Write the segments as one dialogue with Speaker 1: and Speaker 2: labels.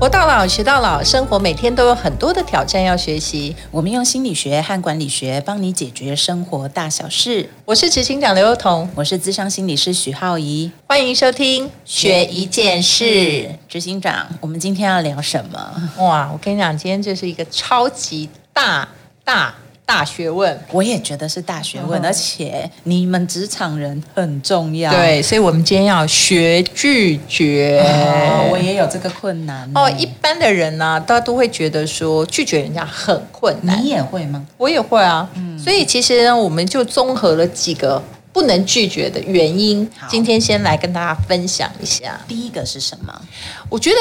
Speaker 1: 活到老，学到老，生活每天都有很多的挑战要学习。
Speaker 2: 我们用心理学和管理学帮你解决生活大小事。
Speaker 1: 我是执行长刘幼彤，
Speaker 2: 我是资商心理师许浩怡，
Speaker 1: 欢迎收听《学一件事》。
Speaker 2: 执行长，我们今天要聊什么？
Speaker 1: 哇，我跟你讲，今天就是一个超级大大大学问。
Speaker 2: 我也觉得是大学问，
Speaker 1: 嗯
Speaker 2: 而且你们职场人很重要。
Speaker 1: 对，所以我们今天要学拒绝。
Speaker 2: 哦，我也有这个困难
Speaker 1: 哦，一般的人呢、大家都会觉得说拒绝人家很困难。
Speaker 2: 你也会吗？
Speaker 1: 我也会啊，
Speaker 2: 嗯
Speaker 1: 所以其实呢，我们就综合了几个不能拒绝的原因
Speaker 2: 好，
Speaker 1: 今天先来跟大家分享一下。
Speaker 2: 第一个是什么？
Speaker 1: 我觉得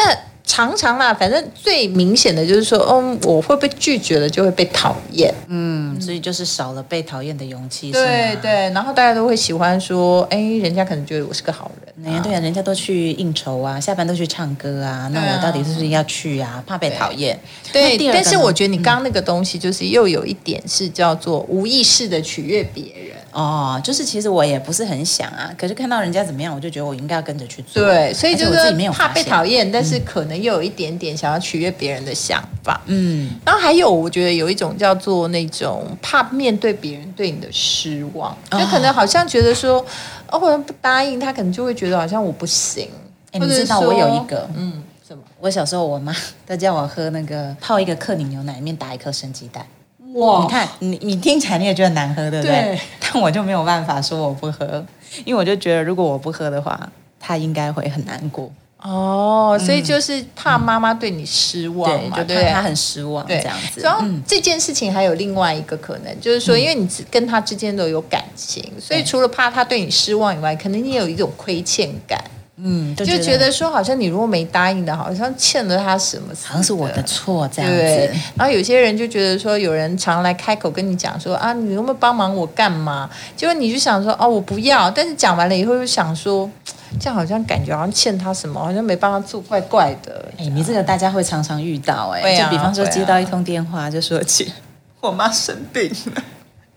Speaker 1: 常常啦，反正最明显的就是说，嗯，我会被拒绝了，就会被讨厌。
Speaker 2: 嗯，所以就是少了被讨厌的勇气。是啊
Speaker 1: 对
Speaker 2: 吗
Speaker 1: 对，，然后大家都会喜欢说，哎，人家可能觉得我是个好人、
Speaker 2: 哎，
Speaker 1: 啊。
Speaker 2: 对啊，人家都去应酬啊，下班都去唱歌啊，那
Speaker 1: 对啊
Speaker 2: 我到底是不是要去啊？怕被讨厌。那第
Speaker 1: 对，
Speaker 2: 二个呢
Speaker 1: 但是我觉得你刚刚那个东西，就是又有一点是叫做无意识的取悦别人。
Speaker 2: 哦，就是其实我也不是很想啊，可是看到人家怎么样，我就觉得我应该要跟着去做。
Speaker 1: 对，所以
Speaker 2: 而且
Speaker 1: 就
Speaker 2: 我
Speaker 1: 是
Speaker 2: 自己没有
Speaker 1: 怕
Speaker 2: 发
Speaker 1: 被
Speaker 2: 现。
Speaker 1: 讨厌，但是可能又有一点点想要取悦别人的想法。
Speaker 2: 嗯，
Speaker 1: 然后还有，我觉得有一种叫做那种怕面对别人对你的失望，就
Speaker 2: 哦
Speaker 1: 可能好像觉得说，哦，我不答应他，可能就会觉得好像我不行。
Speaker 2: 哎，
Speaker 1: 或
Speaker 2: 你
Speaker 1: 者
Speaker 2: 知道
Speaker 1: 说
Speaker 2: 我有一个，
Speaker 1: 嗯，什么？
Speaker 2: 我小时候我妈都叫我喝那个泡一个克宁牛奶，里面打一颗生鸡蛋。
Speaker 1: 哇
Speaker 2: 你看，你你听起来你也觉得难喝，对不对？
Speaker 1: 对
Speaker 2: 但我就没有办法说我不喝，因为我就觉得如果我不喝的话，她应该会很难过，
Speaker 1: 哦，所以就是怕妈妈对你失望
Speaker 2: 对，
Speaker 1: 嘛，
Speaker 2: 就
Speaker 1: 对
Speaker 2: 怕
Speaker 1: 不对
Speaker 2: 她很失望这
Speaker 1: 对
Speaker 2: 样子。
Speaker 1: 然后
Speaker 2: 嗯
Speaker 1: 这件事情还有另外一个可能，就是说，因为你只跟他之间都有感情，所以
Speaker 2: 对
Speaker 1: 除了怕他对你失望以外，可能你也有一种亏欠感，
Speaker 2: 嗯，就
Speaker 1: 就觉得说好像你如果没答应的，好像欠了他什么似的，
Speaker 2: 好像是我的错这样
Speaker 1: 对
Speaker 2: 子。，
Speaker 1: 然后有些人就觉得说，有人常来开口跟你讲说啊，你有没有帮忙我干嘛？结果你就想说哦，我不要。但是讲完了以后又想说，这样好像感觉好像欠他什么，好像没帮他做，怪怪的。
Speaker 2: 哎、你这个大家会常常遇到哎、
Speaker 1: 会啊
Speaker 2: 就比方说
Speaker 1: 会啊
Speaker 2: 接到一通电话，就说姐，我妈生病 了，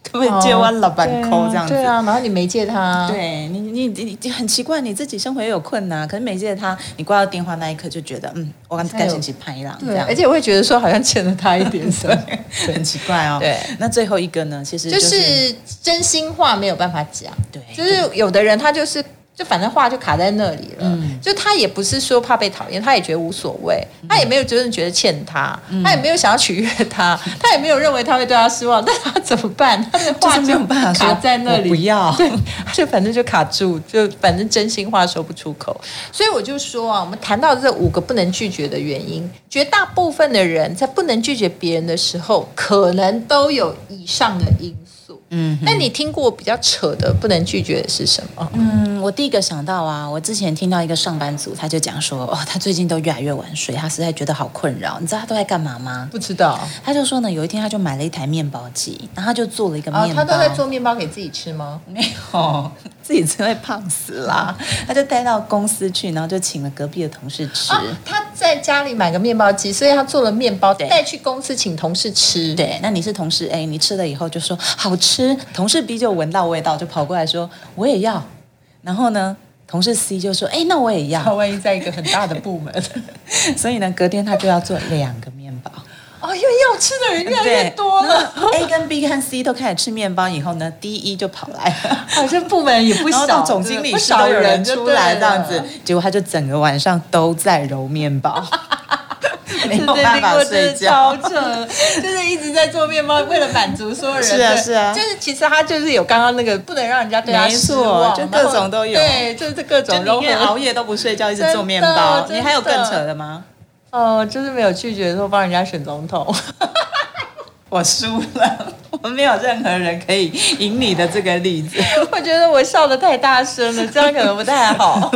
Speaker 2: 可不可以借我老板扣这样子？
Speaker 1: 对啊，然后你没借他，
Speaker 2: 对啊你，你你你很奇怪，你自己生活也有困难，可是每接他，你挂到电话那一刻就觉得，嗯，我刚该先去拍浪这
Speaker 1: 对，
Speaker 2: 样，
Speaker 1: 而且我会觉得说好像欠了他一点什么，
Speaker 2: 很奇怪哦。
Speaker 1: 对，
Speaker 2: 那最后一个呢，其实、
Speaker 1: 就是是真心话没有办法讲。
Speaker 2: 对，
Speaker 1: 就是有的人他就是就反正话就卡在那里了，
Speaker 2: 嗯
Speaker 1: 就他也不是说怕被讨厌，他也觉得无所谓，他也没有真的觉得欠他，
Speaker 2: 嗯
Speaker 1: 他也没有想要取悦他，他也没有认为他会对他失望，但他怎么办？他的
Speaker 2: 就
Speaker 1: 话
Speaker 2: 是没有办法说
Speaker 1: 卡在那里，
Speaker 2: 我不要
Speaker 1: 对，他 就反正就卡住，就反正真心话说不出口，所以我就说啊，我们谈到这五个不能拒绝的原因，绝大部分的人在不能拒绝别人的时候，可能都有以上的因素。
Speaker 2: 嗯
Speaker 1: 那你听过比较扯的不能拒绝的是什么？
Speaker 2: 嗯，我第一个想到啊，我之前听到一个上班族，他就讲说，哦，他最近都越来越晚睡，他实在觉得好困扰。你知道他都在干嘛吗？
Speaker 1: 不知道
Speaker 2: 他就说呢，有一天他就买了一台面包机，然后他就做了一个
Speaker 1: 啊，
Speaker 2: 面包。
Speaker 1: 他都在做面包给自己吃吗？
Speaker 2: 没有，自己真会胖死啦。 他就带到公司去，然后就请了隔壁的同事吃。
Speaker 1: 啊，他在家里买个面包机，所以他做了面包
Speaker 2: 对
Speaker 1: 带去公司请同事吃。
Speaker 2: 对，那你是同事哎 A，你吃了以后就说好吃，同事 B 就闻到味道就跑过来说我也要，然后呢，同事 C 就说哎那我也
Speaker 1: 他
Speaker 2: 要，
Speaker 1: 万一在一个很大的部门，
Speaker 2: 所以呢隔天他就要做两个面包。
Speaker 1: 哦，因为要吃的人越来越多了，
Speaker 2: 对那 A 跟 B 和 C 都开始吃面包以后呢，D 一就跑来了。
Speaker 1: 好像部门也不
Speaker 2: 然后
Speaker 1: 少，
Speaker 2: 到总经理
Speaker 1: 不
Speaker 2: 室都
Speaker 1: 少
Speaker 2: 有人
Speaker 1: 人就
Speaker 2: 出
Speaker 1: 对
Speaker 2: 来
Speaker 1: 了
Speaker 2: 这样子。，结果他就整个晚上都在揉面 包，没有
Speaker 1: 对那
Speaker 2: 办法
Speaker 1: 个真
Speaker 2: 睡
Speaker 1: 的
Speaker 2: 觉
Speaker 1: 超。扯，就是一直在做面包，为了满足所有人。
Speaker 2: 是啊
Speaker 1: 对
Speaker 2: 是啊
Speaker 1: 就是其实他就是有刚刚那个不能让人家对他
Speaker 2: 没
Speaker 1: 失
Speaker 2: 错
Speaker 1: 望，
Speaker 2: 就
Speaker 1: 然
Speaker 2: 各
Speaker 1: 后
Speaker 2: 种都有
Speaker 1: 对，就是各
Speaker 2: 就
Speaker 1: 种
Speaker 2: 宁
Speaker 1: 融
Speaker 2: 愿
Speaker 1: 合
Speaker 2: 熬夜都不睡觉，一直
Speaker 1: 真
Speaker 2: 做面
Speaker 1: 的
Speaker 2: 包。
Speaker 1: 真
Speaker 2: 你还有更
Speaker 1: 的
Speaker 2: 扯的吗？
Speaker 1: 哦，就是没有拒绝说帮人家选总统，
Speaker 2: 我输了，我没有任何人可以赢你的这个例子。
Speaker 1: 我觉得我笑的太大声了，这样可能不太好。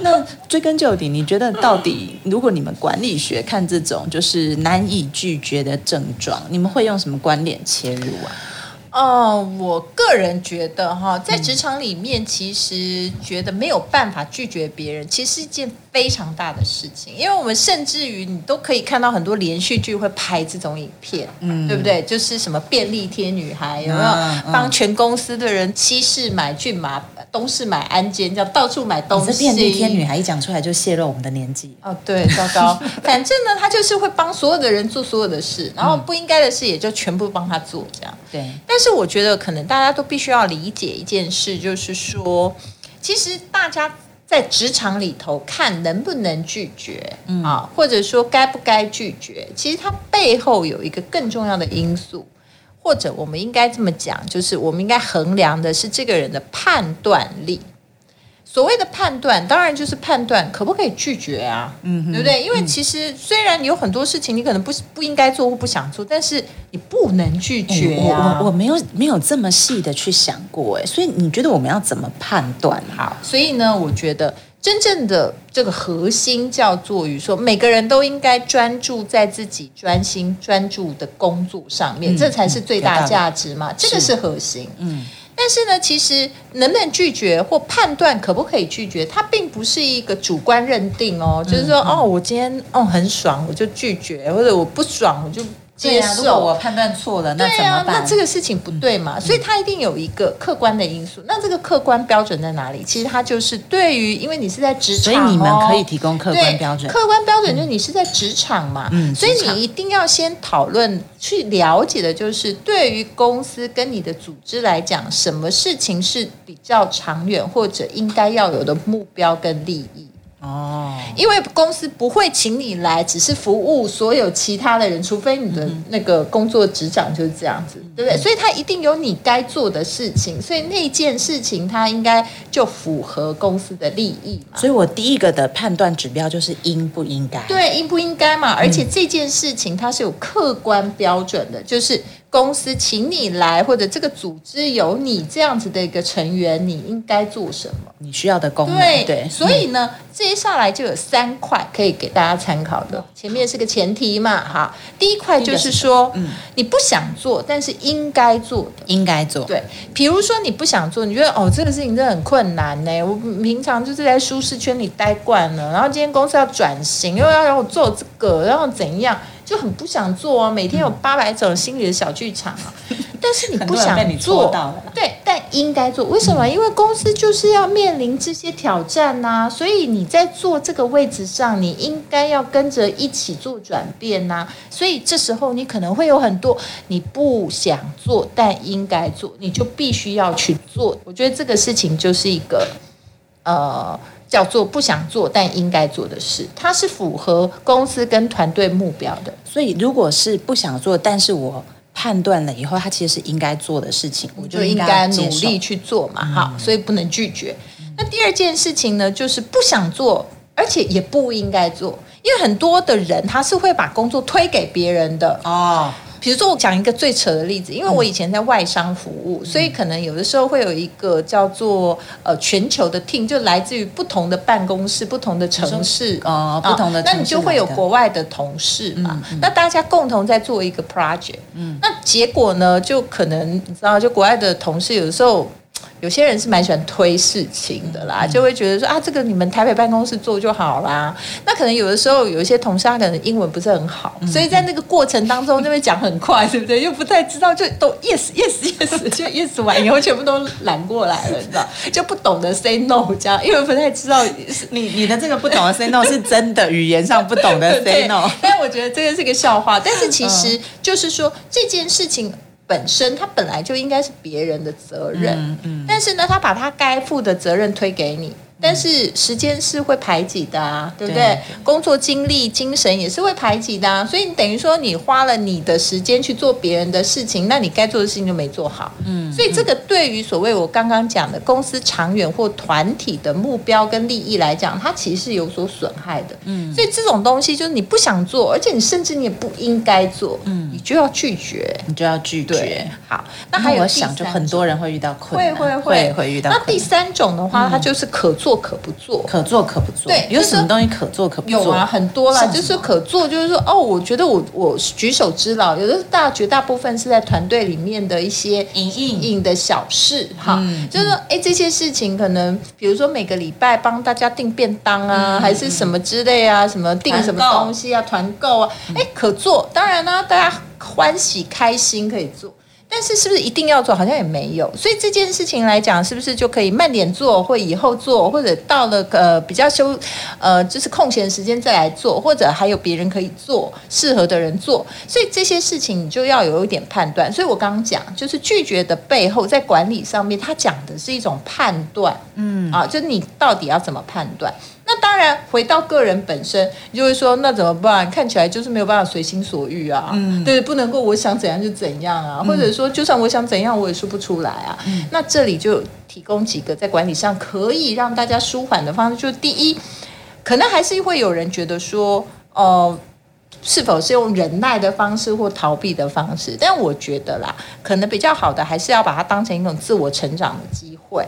Speaker 2: 那追根究底，你觉得到底如果你们管理学看这种就是难以拒绝的症状，你们会用什么观点切入啊？
Speaker 1: 哦，我个人觉得哈，在职场里面，其实觉得没有办法拒绝别人，其实是一件非常大的事情，因为我们甚至于你都可以看到很多连续剧会拍这种影片，嗯，对不对？就是什么便利贴女孩有没有、
Speaker 3: 嗯嗯
Speaker 1: 帮全公司的人西市买骏马，东市买鞍鞯，叫到处买东
Speaker 2: 你
Speaker 1: 西。
Speaker 2: 这遍地天女孩一讲出来就泄露我们的年纪。
Speaker 1: 哦，对，糟糕。反正呢，他就是会帮所有的人做所有的事，然后不应该的事也就全部帮他做，这样。
Speaker 2: 对，
Speaker 1: 但是我觉得，可能大家都必须要理解一件事，就是说，其实大家在职场里头看能不能拒绝、
Speaker 2: 嗯
Speaker 1: 啊，或者说该不该拒绝，其实它背后有一个更重要的因素，或者我们应该这么讲，就是我们应该衡量的是这个人的判断力。所谓的判断，当然就是判断可不可以拒绝啊，嗯，对不对？因为其实虽然有很多事情你可能不不应该做或不想做，但是你不能拒绝
Speaker 2: 哎我
Speaker 1: 啊。
Speaker 2: 我我没有没有这么细的去想过哎，所以你觉得我们要怎么判断啊？
Speaker 1: 所以呢，我觉得真正的这个核心叫做于说，每个人都应该专注在自己专心专注的工作上面，这才是最
Speaker 2: 嗯有道
Speaker 1: 大
Speaker 2: 理
Speaker 1: 价值嘛，这个是核心。嗯。但是呢，其实能不能拒绝或判断可不可以拒绝，它并不是一个主观认定哦。
Speaker 2: 嗯
Speaker 1: 就是说，哦，我今天哦很爽，我就拒绝，或者我不爽我就接
Speaker 2: 啊
Speaker 1: 受。
Speaker 3: 判断错了，
Speaker 1: 对啊，那这个事情不对
Speaker 2: 嗯
Speaker 1: 嘛，所以它一定有一个客观的因素。那这个客观标准在哪里？其实它就是对于，因为你是在职
Speaker 2: 所
Speaker 1: 场、
Speaker 2: 以
Speaker 1: 哦，
Speaker 2: 你们可以提供客观标准
Speaker 1: 对，客观标准就是你是在职场嘛，
Speaker 2: 嗯
Speaker 1: 所以
Speaker 2: 职场
Speaker 1: 你一定要先讨论去了解的，就是对于公司跟你的组织来讲，什么事情是比较长远或者应该要有的目标跟利益。
Speaker 2: 哦，
Speaker 1: 因为公司不会请你来，只是服务所有其他的人，除非你的那个工作职掌就是这样子，对不对？所以他一定有你该做的事情，所以那件事情他应该就符合公司的利益嘛。
Speaker 2: 所以我第一个的判断指标就是应不应该。
Speaker 1: 对，应不应该嘛？而且这件事情它是有客观标准的，就是公司请你来，或者这个组织有你这样子的一个成员，你应该做什么？
Speaker 2: 你需要的功能，
Speaker 1: 对
Speaker 2: 对，
Speaker 1: 所以呢，接下来就有三块可以给大家参考的。前面是个前提嘛，哈，第一块就是说，
Speaker 3: 嗯
Speaker 1: 你不想做，但是应该做的。
Speaker 2: 应该做。
Speaker 1: 对，比如说你不想做，你觉得哦这个事情真的很困难呢。我平常就是在舒适圈里待惯了，然后今天公司要转型，又要让我做这个，然后怎样，就很不想做啊。每天有八百种心理的小剧场 啊，但是你不
Speaker 3: 很多
Speaker 1: 想
Speaker 3: 人被你
Speaker 1: 做
Speaker 3: 戳到了，
Speaker 1: 对，但应该做。为什么？因为公司就是要面临这些挑战呐、所以你在做这个位置上，你应该要跟着一起做转变呐、所以这时候你可能会有很多你不想做但应该做，你就必须要去做。我觉得这个事情就是一个呃。叫做不想做但应该做的事，它是符合公司跟团队目标的。
Speaker 2: 所以如果是不想做，但是我判断了以后，它其实是应该做的事情，我
Speaker 1: 就应
Speaker 2: 应
Speaker 1: 该
Speaker 2: 该
Speaker 1: 努
Speaker 2: 接受
Speaker 1: 力。去做嘛，哈、所以不能拒绝。那第二件事情呢，就是不想做，而且也不应该做，因为很多的人他是会把工作推给别人的。
Speaker 3: 哦，
Speaker 1: 比如说，我讲一个最扯的例子，因为
Speaker 2: 嗯
Speaker 1: 我以前在外商服务，所以可能有的时候会有一个叫做呃全球的 team，就来自于不同的办公室、不同的城市啊
Speaker 2: 哦不同的嗯
Speaker 1: 那你
Speaker 2: 城市
Speaker 1: 就会有
Speaker 2: 来的
Speaker 1: 国外的同事嘛，那大家共同在做一个 project，嗯，那结果呢，就可能你知道，就国外的同事有时候。有些人是蛮喜欢推事情的啦，就会觉得说啊，这个你们台北办公室做就好啦。那可能有的时候有一些同事他可能英文不是很好，所以在那个过程当中就会讲很快， 对不对？又不太知道，就都 yes yes yes，就 yes 完以后全部都揽过来了，你知道，就不懂得 say no 这样，因为不太知道
Speaker 3: 你你的这个不懂的 say no 是真的语言上不懂的 say
Speaker 1: 对
Speaker 3: no。
Speaker 1: 但我觉得这个是个笑话，但是其实就是说、这件事情。本身它本来就应该是别人的责任，嗯但是呢，他把他该负的责任推给你，但是时间是会排挤的啊，对不对？
Speaker 2: 对对
Speaker 1: 工作精力、精神也是会排挤的啊，所以你等于说你花了你的时间去做别人的事情，那你该做的事情就没做好，嗯，所以这个对于所谓我刚刚讲的公司长远或团体的目标跟利益来讲，它其实是有所损害的，嗯，所以这种东西就是你不想做，而且你甚至你也不应该做，嗯，你就要拒绝，
Speaker 2: 你就要拒绝
Speaker 1: 对。，好，那
Speaker 2: 那
Speaker 1: 还有
Speaker 2: 我
Speaker 1: 第
Speaker 2: 想，就
Speaker 1: 三
Speaker 2: 很
Speaker 1: 种
Speaker 2: 多人会遇到困
Speaker 1: 会会
Speaker 2: 难，会会遇到
Speaker 1: 那
Speaker 2: 困
Speaker 1: 第
Speaker 2: 难。嗯
Speaker 1: 三种的话，它就是可做可不做。
Speaker 2: 可做可不做，
Speaker 1: 对
Speaker 2: 有
Speaker 1: 就是
Speaker 2: 什么东西可做可不做？
Speaker 1: 有啊，很多啦，
Speaker 2: 像
Speaker 1: 就
Speaker 2: 什
Speaker 1: 是可做，就是说哦，我觉得我我举手之劳，有的大绝大部分是在团队里面的一些
Speaker 2: 影印
Speaker 1: 影的小事哈，就是说哎这些事情可能比如说每个礼拜帮大家订便当啊，还是什么之类啊，什么订什么
Speaker 2: 团购嗯
Speaker 1: 东西啊，团购啊，哎、可做，当然呢、大家欢喜开心可以做。但是是不是一定要做？好像也没有，所以这件事情来讲，是不是就可以慢点做，或以后做，或者到了呃比较休呃就是空闲时间再来做，或者还有别人可以做，适合的人做。所以这些事情你就要有一点判断。所以我刚刚讲，就是拒绝的背后，在管理上面，他讲的是一种判断，嗯啊，就是你到底要怎么判断。那当然，回到个人本身，你就会说，那怎么办？看起来就是没有办法随心所欲啊，对，不能够我想怎样就怎样啊，或者说，就算我想怎样，我也说不出来啊。那这里就提供几个在管理上可以让大家舒缓的方式，就是第一，可能还是会有人觉得说，呃。是否是用忍耐的方式或逃避的方式？但我觉得啦，可能比较好的还是要把它当成一种自我成长的机会。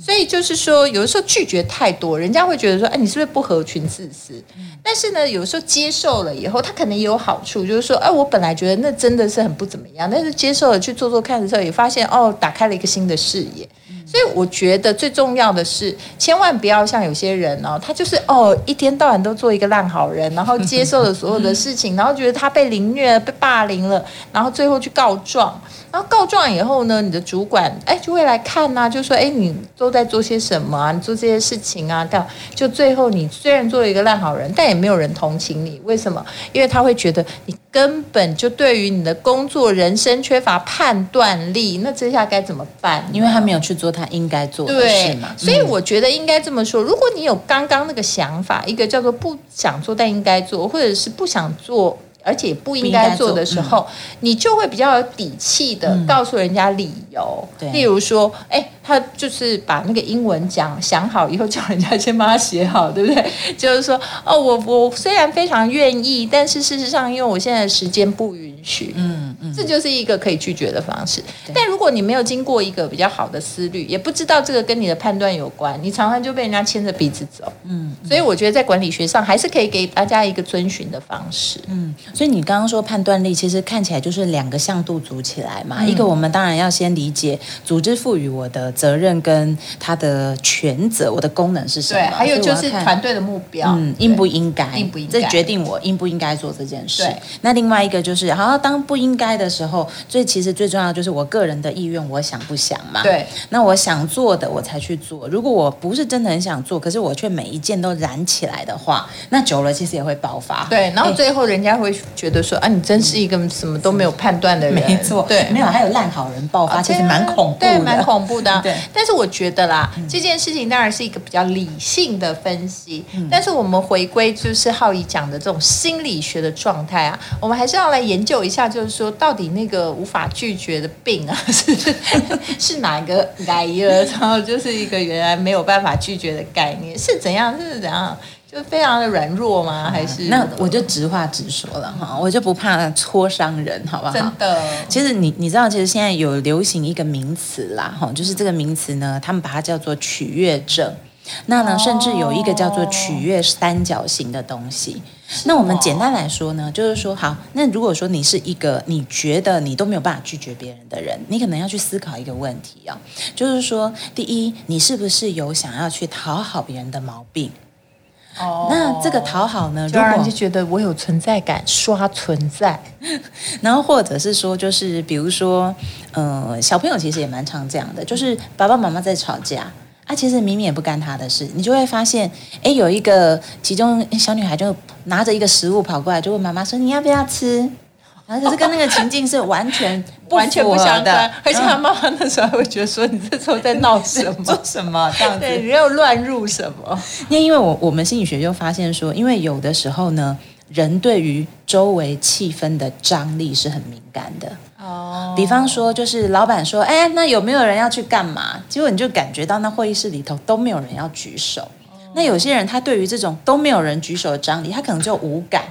Speaker 1: 所以就是说，有的时候拒绝太多，人家会觉得说，哎，你是不是不合群、自私？但是呢，有时候接受了以后，他可能也有好处，就是说，哎，我本来觉得那真的是很不怎么样，但是接受了去做做看的时候，也发现哦，打开了一个新的视野。所以我觉得最重要的是，千万不要像有些人哦，他就是哦，一天到晚都做一个烂好人，然后接受了所有的事 情，然后觉得他被凌虐、被霸凌了，然后最后去告状。然后告状以后呢，你的主管哎就会来看呐、就说哎你都在做些什么啊？你做这些事情啊，干嘛？就最后你虽然做了一个烂好人，但也没有人同情你，为什么？因为他会觉得你根本就对于你的工作、人生缺乏判断力，那这下该怎么办呢？
Speaker 2: 因为他没有去做他应该做的事
Speaker 1: 对
Speaker 2: 嘛，，嗯
Speaker 1: 所以我觉得应该这么说：如果你有刚刚那个想法，一个叫做不想做但应该做，或者是不想做而且不应该做的时候，你就会比较有底气的告诉人家理由。
Speaker 2: 对
Speaker 1: 例如说，哎，他就是把那个英文讲想好以后，叫人家先帮他写好，对不对？ 就是说，哦，我我虽然非常愿意，但是事实上，因为我现在的时间不允许，这就是一个可以拒绝的方式。但如果你没有经过一个比较好的思虑，也不知道这个跟你的判断有关，你常常就被人家牵着鼻子走。嗯，所以我觉得在管理学上还是可以给大家一个遵循的方式。
Speaker 2: 所以你刚刚说判断力，其实看起来就是两个向度组起来
Speaker 1: 嗯
Speaker 2: 嘛。一个我们当然要先理解组织赋予我的责任跟它的权责，我的功能是什么。
Speaker 1: 还有
Speaker 2: 所以我
Speaker 1: 就
Speaker 2: 要
Speaker 1: 是
Speaker 2: 看
Speaker 1: 团队的目标，
Speaker 2: 嗯，应不应该，
Speaker 1: 啊应不应该
Speaker 2: 这决定我应不应该做这件事
Speaker 1: 对。
Speaker 2: 那另外一个就是，好，当不应该的时候，最其实最重要的就是我个人的意愿，我想不想嘛？
Speaker 1: 对，
Speaker 2: 那我想做的我才去做。如果我不是真的很想做，可是我却每一件都燃起来的话，那久了其实也会爆发。哎
Speaker 1: 对，然后最后人家会觉得说、啊，你真是一个什么都没有判断的人，
Speaker 2: 没错，
Speaker 1: 对，
Speaker 2: 没有，还有烂好人爆发，
Speaker 1: 啊
Speaker 2: 其实
Speaker 1: 对啊
Speaker 2: 蛮恐怖的，
Speaker 1: 对，蛮恐怖的啊、
Speaker 2: 对嗯
Speaker 1: 但是我觉得啦，这件事情当然是一个比较理性的分析，
Speaker 2: 嗯
Speaker 1: 但是我们回归就是浩怡讲的这种心理学的状态啊，我们还是要来研究一下，就是说到底那个无法拒绝的病啊， 是是哪一个来的？然后就是一个原来没有办法拒绝的概念是怎样？是怎样？就非常的软弱吗？还是
Speaker 2: 啊那我就直话直说了哈，我就不怕戳伤人，好不好？
Speaker 1: 真的
Speaker 2: 其实你你知道，其实现在有流行一个名词啦，哈，就是这个名词呢，他们把它叫做取悦症。那呢，甚至有一个叫做取悦三角形的东西。
Speaker 1: 哦
Speaker 2: 那我们简单来说呢，就是说，好，那如果说你是一个你觉得你都没有办法拒绝别人的人，你可能要去思考一个问题哦，就是说，第一，你是不是有想要去讨好别人的毛病？
Speaker 1: 哦
Speaker 2: 那这个讨好呢，
Speaker 1: 就
Speaker 2: 如
Speaker 1: 让人
Speaker 2: 果
Speaker 1: 家觉得我有存在感，刷存在。
Speaker 2: 然后或者是说，就是比如说，呃，小朋友其实也蛮常这样的，就是爸爸妈妈在吵架。啊，其实明明也不干他的事，你就会发现，哎，有一个其中小女孩就拿着一个食物跑过来，就问妈妈说：“你要不要吃？”然后可是跟那个情境是完全
Speaker 1: 完全不
Speaker 2: 符合
Speaker 1: 相
Speaker 2: 的
Speaker 1: 关，，而且他妈妈那时候还会觉得说你这时候在 闹什
Speaker 2: 嗯
Speaker 1: 么
Speaker 2: 做？什么这样子？
Speaker 1: 对，你又乱入什么？
Speaker 2: 那因为我我们心理学就发现说，因为有的时候呢，人对于周围气氛的张力是很敏感的。
Speaker 1: 哦，
Speaker 2: 比方说，就是老板说：“哎，那有没有人要去干嘛？”结果你就感觉到那会议室里头都没有人要举手。那有些人他对于这种都没有人举手的张力，他可能就无感。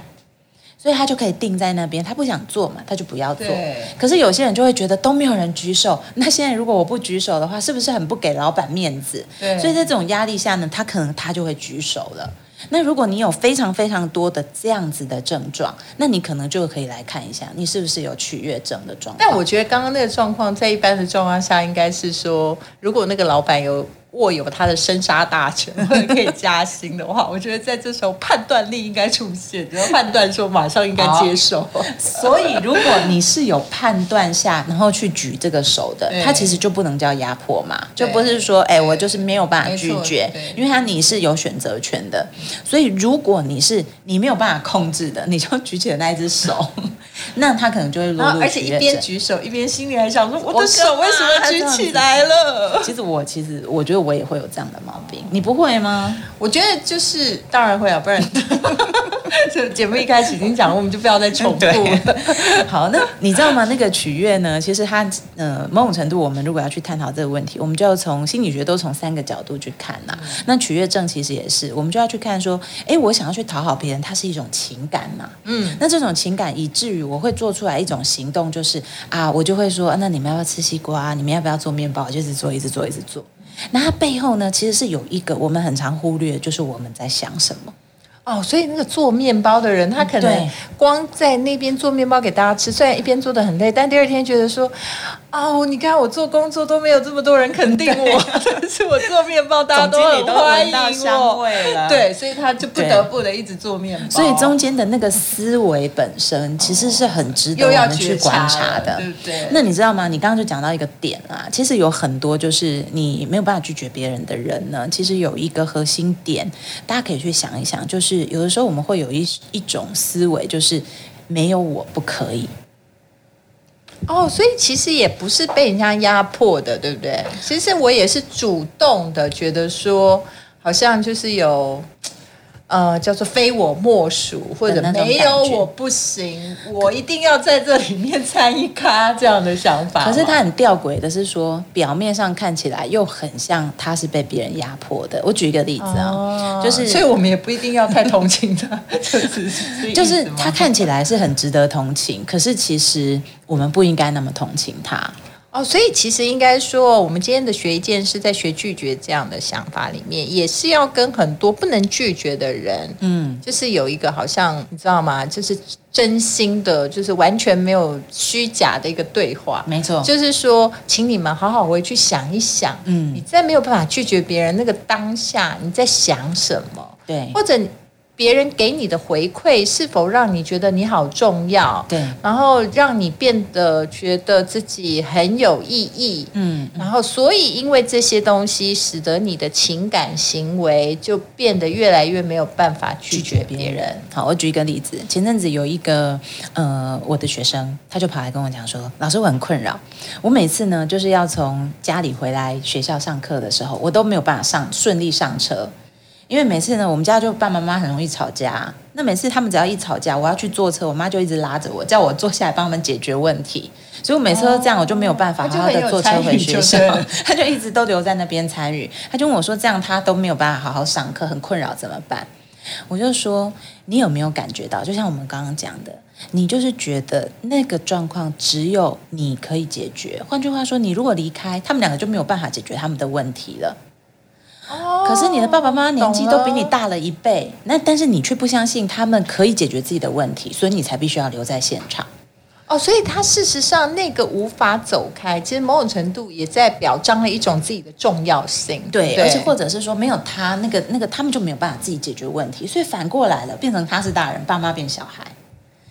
Speaker 2: 所以他就可以定在那边，他不想做嘛，他就不要做
Speaker 1: 对。
Speaker 2: 可是有些人就会觉得都没有人举手，那现在如果我不举手的话，是不是很不给老板面子？
Speaker 1: 对
Speaker 2: 所以在这种压力下呢，他可能他就会举手了。那如果你有非常非常多的这样子的症状，那你可能就可以来看一下，你是不是有取悦症的状况。
Speaker 1: 但我觉得刚刚那个状况，在一般的状况下，应该是说，如果那个老板有握有他的生杀大权，或者可以加薪的话， 我觉得在这时候判断力应该出现，就是判断说马上应该接受。
Speaker 2: 所以，如果你是有判断下，然后去举这个手的
Speaker 1: 对，
Speaker 2: 它其实就不能叫压迫嘛，就
Speaker 1: 对
Speaker 2: 不是说，哎，我就是没有办法拒绝
Speaker 1: 没错，对
Speaker 2: 因为它你是有选择权的。所以，如果你是你没有办法控制的，你 就举起了那一只手， 那他可能就会落
Speaker 1: 然
Speaker 2: 入
Speaker 1: 后，而且
Speaker 2: 取
Speaker 1: 一
Speaker 2: 悦
Speaker 1: 边
Speaker 2: 症
Speaker 1: 举手，一边心里还想说：“我
Speaker 2: 我
Speaker 1: 的手为什么举起来了
Speaker 2: 其实我其实我觉得我也会有这样的毛病，你不会吗？？”
Speaker 1: 我觉得就是当然会啊，不然 就节目一开始已经讲了，我们就不要再 重复了。
Speaker 2: 好，那你知道吗？那个取悦呢，其实它呃，某种程度，我们如果要去探讨这个问题，我们就要从心理学都从三个角度去看啦。
Speaker 1: 嗯
Speaker 2: 那取悦症其实也是，我们就要去看说，哎，我想要去讨好别人，它是一种情感嘛。
Speaker 1: 嗯，
Speaker 2: 那这种情感以至于我会做出来一种行动，就是啊，我就会说，啊那你们要不要吃西瓜？你们要不要做面包？我就一直做，一直做，一直做。那它背后呢，其实是有一个我们很常忽略，就是我们在想什么。
Speaker 1: 哦，所以那个做面包的人，他可能
Speaker 2: 对
Speaker 1: 光在那边做面包给大家吃，虽然一边做的很累，但第二天觉得说，哦，你看我做工作都没有这么多人肯定 我，但是我做面包大家都很欢迎我，
Speaker 3: 味了对，
Speaker 1: 啊对，所以他就不得不的一直做面包，
Speaker 2: 所以中间的那个思维本身其实是很值得
Speaker 1: 哦又
Speaker 2: 我
Speaker 1: 要
Speaker 2: 们去
Speaker 1: 觉
Speaker 2: 观
Speaker 1: 察
Speaker 2: 察
Speaker 1: 了
Speaker 2: 的，
Speaker 1: 对不对
Speaker 2: 那你知道吗？你刚刚就讲到一个点啊，其实有很多就是你没有办法拒绝别人的人呢，其实有一个核心点，大家可以去想一想，就是有的时候我们会有一一种思维，就是没有我不可以。
Speaker 1: 哦，所以其实也不是被人家压迫的，对不对？其实我也是主动的，觉得说好像就是有。呃，叫做非我莫属，或者
Speaker 2: 的那种
Speaker 1: 没有
Speaker 2: 感觉
Speaker 1: 我不行，我一定要在这里面参一咖这样的想法吗。
Speaker 2: 可是他很吊诡的是说，表面上看起来又很像他是被别人压迫的。我举一个例子啊，
Speaker 1: 哦
Speaker 2: 就是
Speaker 1: 所以我们也不一定要太同情 他，就是这意思吗
Speaker 2: 就是他看起来是很值得同情，可是其实我们不应该那么同情他。
Speaker 1: 哦，所以其实应该说，我们今天的学一件事，在学拒绝这样的想法里面，也是要跟很多不能拒绝的人，
Speaker 2: 嗯，
Speaker 1: 就是有一个好像你知道吗？就是真心的，就是完全没有虚假的一个对话。
Speaker 2: 没错，
Speaker 1: 就是说，请你们好好回去想一想，
Speaker 2: 嗯
Speaker 1: 你在没有办法拒绝别人那个当下，你在想什么？
Speaker 2: 对
Speaker 1: 或者别人给你的回馈是否让你觉得你好重要？
Speaker 2: 对，
Speaker 1: 然后让你变得觉得自己很有意义，
Speaker 2: 嗯，
Speaker 1: 然后所以因为这些东西，使得你的情感行为就变得越来越没有办法拒绝别人。。
Speaker 2: 好，我举一个例子，前阵子有一个呃，我的学生他就跑来跟我讲说，老师我很困扰，我每次呢就是要从家里回来学校上课的时候，我都没有办法上顺利上车。因为每次呢，我们家就爸爸妈妈很容易吵架。那每次他们只要一吵架，我要去坐车，我妈就一直拉着我，叫我坐下来帮他们解决问题。所以我每次都这样，我就没有办法
Speaker 1: 她哦就
Speaker 2: 好好
Speaker 1: 很有
Speaker 2: 的坐车
Speaker 1: 参与
Speaker 2: 回学
Speaker 1: 就
Speaker 2: 校
Speaker 1: 对了。
Speaker 2: 他就一直都留在那边参与。他就问我说：“这样他都没有办法好好上课，很困扰，怎么办？”我就说：“你有没有感觉到？就像我们刚刚讲的，你就是觉得那个状况只有你可以解决。换句话说，你如果离开，他们两个就没有办法解决他们的问题了。
Speaker 1: 哦
Speaker 2: 可是你的爸爸妈妈年纪
Speaker 1: 懂了
Speaker 2: 都比你大了一倍，那但是你却不相信他们可以解决自己的问题，所以你才必须要留在现场。
Speaker 1: 哦，所以他事实上那个无法走开，其实某种程度也在表彰了一种自己的重要性。
Speaker 2: 对，
Speaker 1: 不
Speaker 2: 而且或者是说没有他那个那个，他们就没有办法自己解决问题，所以反过来了，变成他是大人，爸妈变小孩。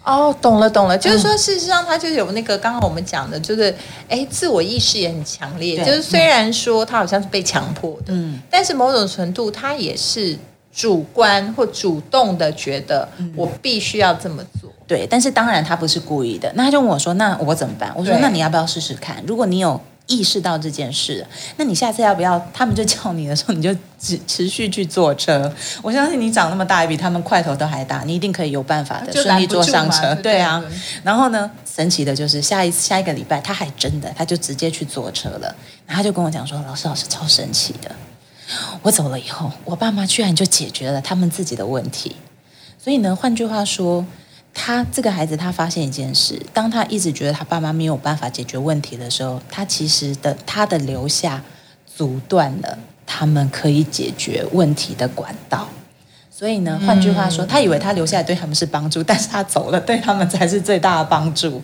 Speaker 1: 哦，懂了懂了，
Speaker 2: 嗯
Speaker 1: 就是说，事实上他就有那个刚刚我们讲的，就是哎，自我意识也很强烈，
Speaker 2: 对
Speaker 1: 就是虽然说他好像是被强迫的，
Speaker 2: 嗯
Speaker 1: 但是某种程度他也是主观或主动的觉得
Speaker 2: 嗯
Speaker 1: 我必须要这么做。
Speaker 2: 对，但是当然他不是故意的。那他就问我说：“那我怎么办？”我说
Speaker 1: 对：“
Speaker 2: 那你要不要试试看？如果你有意识到这件事，那你下次要不要？他们就叫你的时候，你就持持续去坐车。我相信你长那么大，也比他们块头都还大，你一定可以有办法的，
Speaker 1: 就
Speaker 2: 顺利
Speaker 1: 拦不
Speaker 2: 坐
Speaker 1: 住
Speaker 2: 上
Speaker 1: 嘛
Speaker 2: 车。
Speaker 1: 对
Speaker 2: 对啊
Speaker 1: 对对。
Speaker 2: 然后呢，神奇的就是下一下一个礼拜，他还真的他就直接去坐车了。然后他就跟我讲说：“老师，老师超神奇的。”我走了以后，我爸妈居然就解决了他们自己的问题。所以呢，换句话说，他这个孩子他发现一件事，当他一直觉得他爸妈没有办法解决问题的时候，他其实的他的留下阻断了他们可以解决问题的管道。所以呢，换句话说，他以为他留下来对他们是帮助，但是他走了，对他们才是最大的帮助。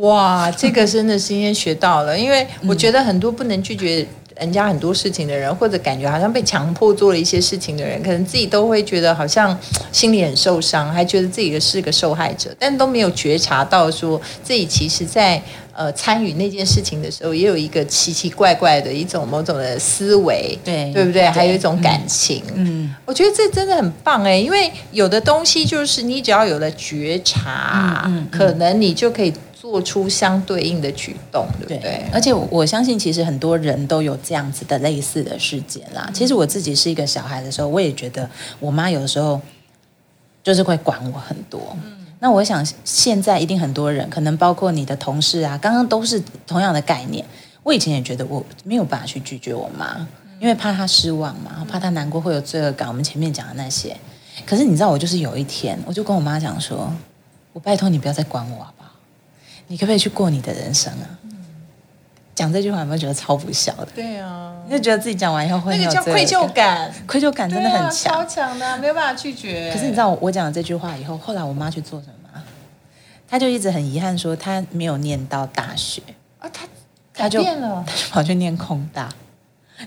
Speaker 1: 哇，这个真的是今天学到了，因为我觉得很多不能拒绝人家很多事情的人，或者感觉好像被强迫做了一些事情的人，可能自己都会觉得好像心里很受伤，还觉得自己是个受害者，但都没有觉察到说自己其实在呃参与那件事情的时候，也有一个奇奇怪怪的一种某种的思维，
Speaker 2: 对
Speaker 1: 对不对？还有一种感情，
Speaker 2: 嗯，
Speaker 1: 我觉得这真的很棒哎，因为有的东西就是你只要有了觉察，
Speaker 2: 嗯嗯嗯
Speaker 1: 可能你就可以做出相对应的举动，对不对？
Speaker 2: 对，而且我我相信，其实很多人都有这样子的类似的事件啦。其实我自己是一个小孩的时候，我也觉得我妈有的时候就是会管我很多。那我想现在一定很多人，可能包括你的同事啊，刚刚都是同样的概念。我以前也觉得我没有办法去拒绝我妈，因为怕她失望嘛，怕她难过会有罪恶感。我们前面讲的那些，可是你知道，我就是有一天，我就跟我妈讲说：“我拜托你不要再管我好不好？你可不可以去过你的人生啊？”讲这句话有没有觉得超不孝的？
Speaker 1: 对啊，
Speaker 2: 你就觉得自己讲完以后会
Speaker 1: 那
Speaker 2: 很有
Speaker 1: 个叫
Speaker 2: 罪恶
Speaker 1: 愧疚
Speaker 2: 感，
Speaker 1: 感，
Speaker 2: 愧疚感真的很
Speaker 1: 对啊、
Speaker 2: 强
Speaker 1: 超。强的，没有办法拒绝。
Speaker 2: 可是你知道我我讲了这句话以后，后来我妈去做什么吗？她就一直很遗憾说她没有念到大学，
Speaker 1: 啊，他
Speaker 2: 她
Speaker 1: 改
Speaker 2: 就
Speaker 1: 变了
Speaker 2: 她就跑去念空大。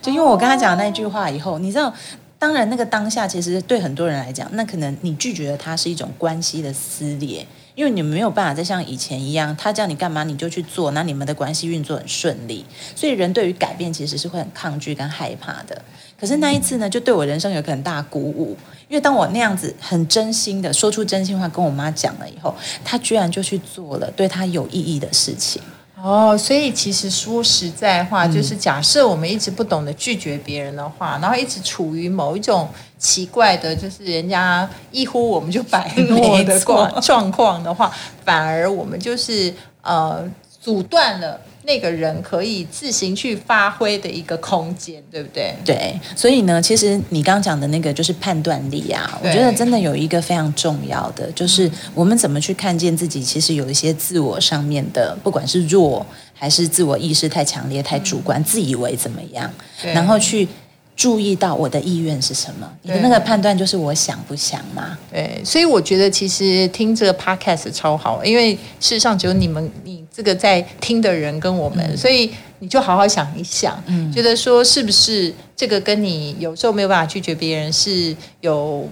Speaker 2: 就因为我跟她讲那句话以后，你知道，当然那个当下其实对很多人来讲，那可能你拒绝了他是一种关系的撕裂，因为你没有办法再像以前一样，他叫你干嘛你就去做，那你们的关系运作很顺利。所以人对于改变其实是会很抗拒跟害怕的。可是那一次呢，就对我人生有个很大的鼓舞，因为当我那样子很真心的说出真心话跟我妈讲了以后，她居然就去做了对她有意义的事情。
Speaker 1: 哦，所以其实说实在话，就是假设我们一直不懂得拒绝别人的话，然后一直处于某一种奇怪的，就是人家一呼我们就摆诺的
Speaker 2: 没错
Speaker 1: 状状况的话，反而我们就是呃阻断了那个人可以自行去发挥的一个空间，对不对？
Speaker 2: 对，所以呢，其实你刚刚讲的那个就是判断力啊，我
Speaker 1: 对嗯
Speaker 2: 觉得真的有一个非常重要的，就是我们怎么去看见自己，其实有一些自我上面的，不管是弱还是自我意识太强烈、太主观、自以为怎么样，
Speaker 1: 嗯对
Speaker 2: 然后去注意到我的意愿是什么。你的
Speaker 1: 对
Speaker 2: 那个判断就是我想不想嘛？
Speaker 1: 对，所以我觉得其实听这个 podcast 超好，因为事实上只有你们，你这个在听的人跟我们，所以你就好好想一想，觉得说是不是这个跟你有时候没有办法拒绝别人是有。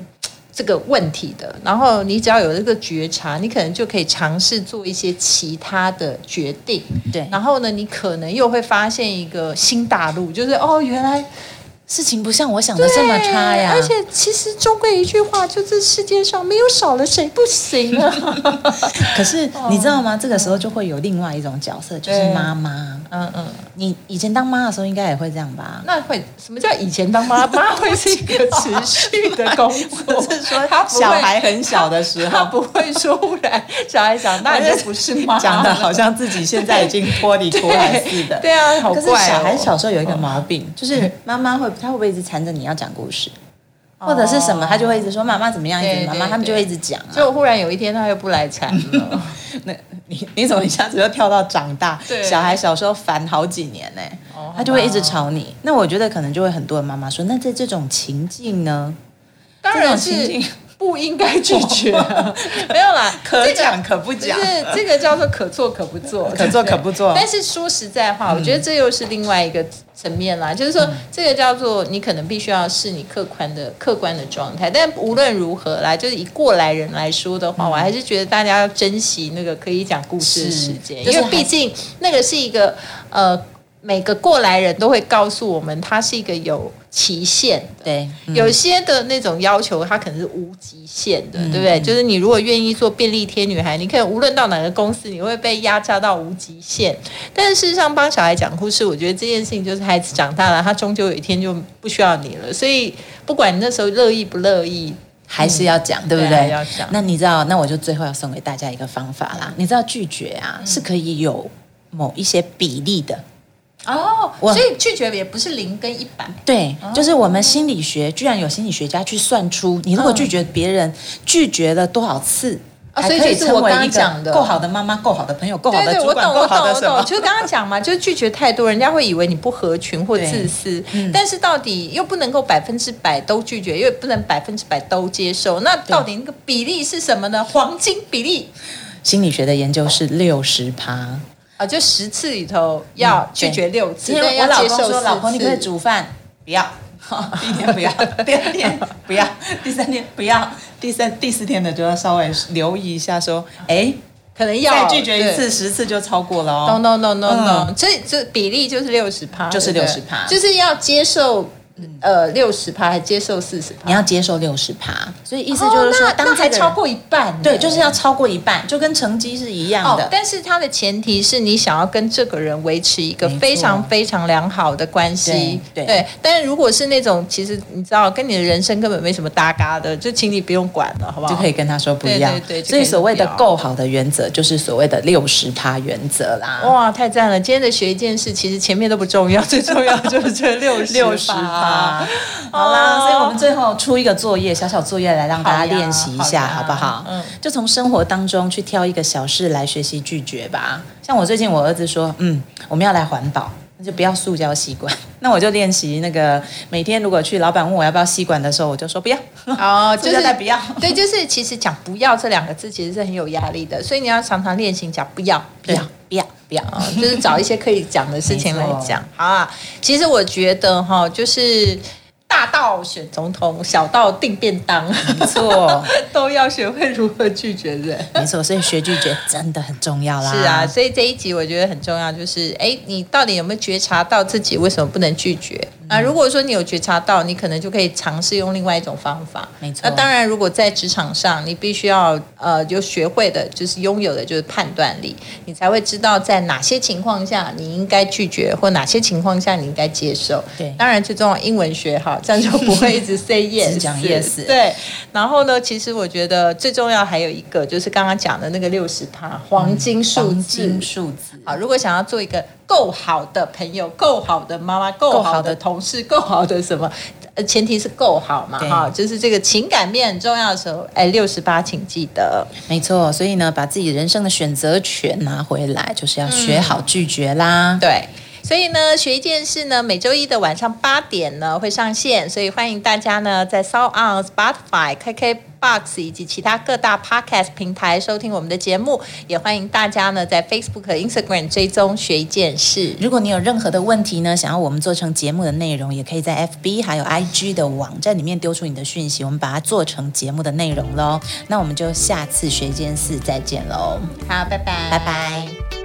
Speaker 1: 这个问题的，然后你只要有这个觉察，你可能就可以尝试做一些其他的决定。
Speaker 2: 对，
Speaker 1: 然后呢，你可能又会发现一个新大陆，就是哦，原来
Speaker 2: 事情不像我想的这么
Speaker 1: 对
Speaker 2: 差呀。
Speaker 1: 而且其实终归一句话，就这世界上没有少了谁不行啊。
Speaker 2: 可是你知道吗？这个时候就会有另外一种角色，就是
Speaker 1: 哦对
Speaker 2: 妈妈。
Speaker 1: 嗯嗯，
Speaker 2: 你以前当妈的时候，应该也会这样吧？
Speaker 1: 那会什么叫以前当妈妈会是一个持续的工 作？
Speaker 2: 我是说
Speaker 1: 他不会
Speaker 2: 小孩很小的时候
Speaker 1: 他他不会说忽然小孩长大你就不是妈了，
Speaker 2: 讲的好像自己现在已经脱离出来似的。
Speaker 1: 对对啊，好
Speaker 2: 可
Speaker 1: 怪、哦。嗯
Speaker 2: 是小孩小时候有一个毛病，就是妈妈会，她会不会一直缠着你要讲故事，或者是什么，她就会一直说妈妈怎么样，一
Speaker 1: 哦对
Speaker 2: 直妈
Speaker 1: 对
Speaker 2: 妈，
Speaker 1: 对
Speaker 2: 他们就会一直讲嘛。啊
Speaker 1: 就忽然有一天他又不来缠 了，
Speaker 2: 那 你你怎么一下子就跳到长大？
Speaker 1: 对
Speaker 2: 小孩小时候烦好几年呢、
Speaker 1: 哦
Speaker 2: 他就会一直吵你。那我觉得可能就会很多的妈妈说，那在这种情境呢，
Speaker 1: 当然
Speaker 2: 这种
Speaker 1: 是
Speaker 2: 情境
Speaker 1: 不应该 拒绝啊，没有啦，
Speaker 2: 可
Speaker 1: 这个
Speaker 2: 讲可不讲
Speaker 1: 就。是这个叫做可做可不做，
Speaker 2: 可做
Speaker 1: 对对
Speaker 2: 可不做
Speaker 1: 但是说实在话，
Speaker 2: 嗯
Speaker 1: 我觉得这又是另外一个层面啦，就是说这个叫做你可能必须要是你客观的客观的状态。但无论如何啦，就是以过来人来说的
Speaker 2: 嗯
Speaker 1: 话，我还是觉得大家要珍惜那个可以讲故事的
Speaker 2: 是
Speaker 1: 时间，
Speaker 2: 就
Speaker 1: 因
Speaker 2: 是
Speaker 1: 为
Speaker 2: 还
Speaker 1: 毕竟那个是一个呃。每个过来人都会告诉我们，它是一个有期限的。
Speaker 2: 对，嗯
Speaker 1: 有些的那种要求，它可能是无极限的，对不对？就是你如果愿意做便利贴女孩，你可以无论到哪个公司，你会被压榨到无极限。但是事实上，帮小孩讲故事，我觉得这件事情就是孩子长大了，他终究有一天就不需要你了。所以，不管你那时候乐意不乐意，
Speaker 2: 还是要讲，嗯嗯对不
Speaker 1: 对还
Speaker 2: 对？
Speaker 1: 要讲
Speaker 2: 那你知道，那我就最后要送给大家一个方法啦。你知道拒绝啊，是可以有某一些比例的。
Speaker 1: 哦，
Speaker 2: 我
Speaker 1: 所以拒绝也不是零跟一百。
Speaker 2: 对，就是我们心理学居然有心理学家去算出，你如果拒绝别人，拒绝了多少次，
Speaker 1: 啊
Speaker 2: 还
Speaker 1: 所以
Speaker 2: 哦可以
Speaker 1: 就是我
Speaker 2: 成为
Speaker 1: 刚刚
Speaker 2: 一
Speaker 1: 讲的
Speaker 2: 个够好的妈妈、够好的朋友、够好的
Speaker 1: 对对，
Speaker 2: 主
Speaker 1: 我懂，
Speaker 2: 管、够
Speaker 1: 我懂，
Speaker 2: 好的
Speaker 1: 我
Speaker 2: 什
Speaker 1: 懂，
Speaker 2: 么。
Speaker 1: 就是刚刚讲嘛，就是拒绝太多，人家会以为你不合群或
Speaker 2: 对
Speaker 1: 自私，但是到底又不能够百分之百都拒绝，因为不能百分之百都接受。那到底那个比例是什么呢？黄金比例
Speaker 2: 心理学的研究是六十趴。
Speaker 1: 啊，就十次里头要拒绝六次，
Speaker 2: 今天
Speaker 1: 但
Speaker 2: 我
Speaker 1: 要
Speaker 2: 老
Speaker 1: 接
Speaker 2: 公
Speaker 1: 受
Speaker 2: 说：“
Speaker 1: 四
Speaker 2: 老婆，你可不可以
Speaker 1: 次。
Speaker 2: 煮饭？” 不要。第一天不要，第二天 不要，第三天不要，第三第四天的就要稍微留意一下，说，哎，
Speaker 1: 可能要
Speaker 2: 再拒绝一。
Speaker 1: 对
Speaker 2: 次十次就超过了哦。
Speaker 1: No no no no no，、
Speaker 2: 嗯
Speaker 1: 这这比例就是六十趴，
Speaker 2: 就是
Speaker 1: 对不对
Speaker 2: 60%
Speaker 1: 就是要接受呃六十趴，还接受四十趴，
Speaker 2: 你要接受六十趴，哦所以意
Speaker 1: 意
Speaker 2: 思就是说，当
Speaker 1: 哦那
Speaker 2: 这
Speaker 1: 还
Speaker 2: 个人
Speaker 1: 超过一半呢，
Speaker 2: 对，就是要超过一半，就跟成绩是一样
Speaker 1: 哦
Speaker 2: 的。，
Speaker 1: 但是它的前提是你想要跟这个人维持一个
Speaker 2: 没错
Speaker 1: 非常非常良好的关系，
Speaker 2: 对对
Speaker 1: 但如果是那种其实你知道跟你的人生根本没什么搭嘎的，就请你不用管了，好不好？
Speaker 2: 就可以跟他说不要，
Speaker 1: 对对对就
Speaker 2: 所以
Speaker 1: 可以
Speaker 2: 所谓的
Speaker 1: 不要
Speaker 2: 够好的原则，就是所谓的六十趴原则啦。
Speaker 1: 哇，太赞了！今天的学一件事，其实前面都不重要，最重要就是 这六十
Speaker 2: 趴。好啦，
Speaker 1: 哦
Speaker 2: 所以我们最后出一个作业，小小作业来让大
Speaker 1: 好
Speaker 2: 家
Speaker 1: 呀
Speaker 2: 练习一
Speaker 1: 好呀
Speaker 2: 下，好不好？
Speaker 1: 嗯
Speaker 2: 就从生活当中去挑一个小事来学习拒绝吧。像我最近我儿子说，嗯，我们要来环保。那就不要塑胶吸管， 那我就练习那个每天如果去老板问我要不要吸管的时候，我就说不要，
Speaker 1: 哦，
Speaker 2: 塑
Speaker 1: 就
Speaker 2: 胶
Speaker 1: 是
Speaker 2: 袋不要。
Speaker 1: 对，就是其实讲“不要”这两个字其实是很有压力的，所以你要常常练习讲“不要，不要，不要，不要”，啊，就是找一些可以讲的事情来讲。好啊，其实我觉得哈，就是大到选总统，小到订便当，
Speaker 2: 没错，
Speaker 1: 都要学会如何拒绝人。
Speaker 2: 没错，所以学拒绝真的很重要啦。
Speaker 1: 是啊，所以这一集我觉得很重要，就是哎，你到底有没有觉察到自己为什么不能拒绝？
Speaker 2: 嗯
Speaker 1: 啊，如果说你有觉察到，你可能就可以尝试用另外一种方法。
Speaker 2: 没错
Speaker 1: 那当然，如果在职场上，你必须要呃，就学会的就是拥有的就是判断力，你才会知道在哪些情况下你应该拒绝，或哪些情况下你应该接受。
Speaker 2: 对
Speaker 1: 当然最重要英文学好，这样就不会一直 say yes，
Speaker 2: 只讲 yes
Speaker 1: 对，然后呢，其实我觉得最重要还有一个就是刚刚讲的那个六十趴黄金数
Speaker 2: 黄
Speaker 1: 字。
Speaker 2: 金数字，
Speaker 1: 好，如果想要做一个够好的朋友、够好的妈妈、够
Speaker 2: 够
Speaker 1: 好
Speaker 2: 好
Speaker 1: 的
Speaker 2: 的
Speaker 1: 同事、够好的什么，呃，前提是够好嘛，
Speaker 2: 对
Speaker 1: 哈，就是这个情感面很重要的时候，哎，六十八请记得。
Speaker 2: 没错，所以呢，把自己人生的选择权拿回来，就是要学好拒绝啦。
Speaker 1: 对，所以呢，学一件事呢，每周一的晚上八点呢会上线，所以欢迎大家呢在 s o on Spotify、KK。Box 以及其他各大 Podcast 平台收听我们的节目，也欢迎大家呢在 Facebook、Instagram 追踪学一件事。
Speaker 2: 如果你有任何的问题呢，想要我们做成节目的内容，也可以在 FB 还有 IG 的网站里面丢出你的讯息，我们把它做成节目的内容喽。那我们就下次学一件事再见喽，
Speaker 1: 好，拜拜，
Speaker 2: 拜拜。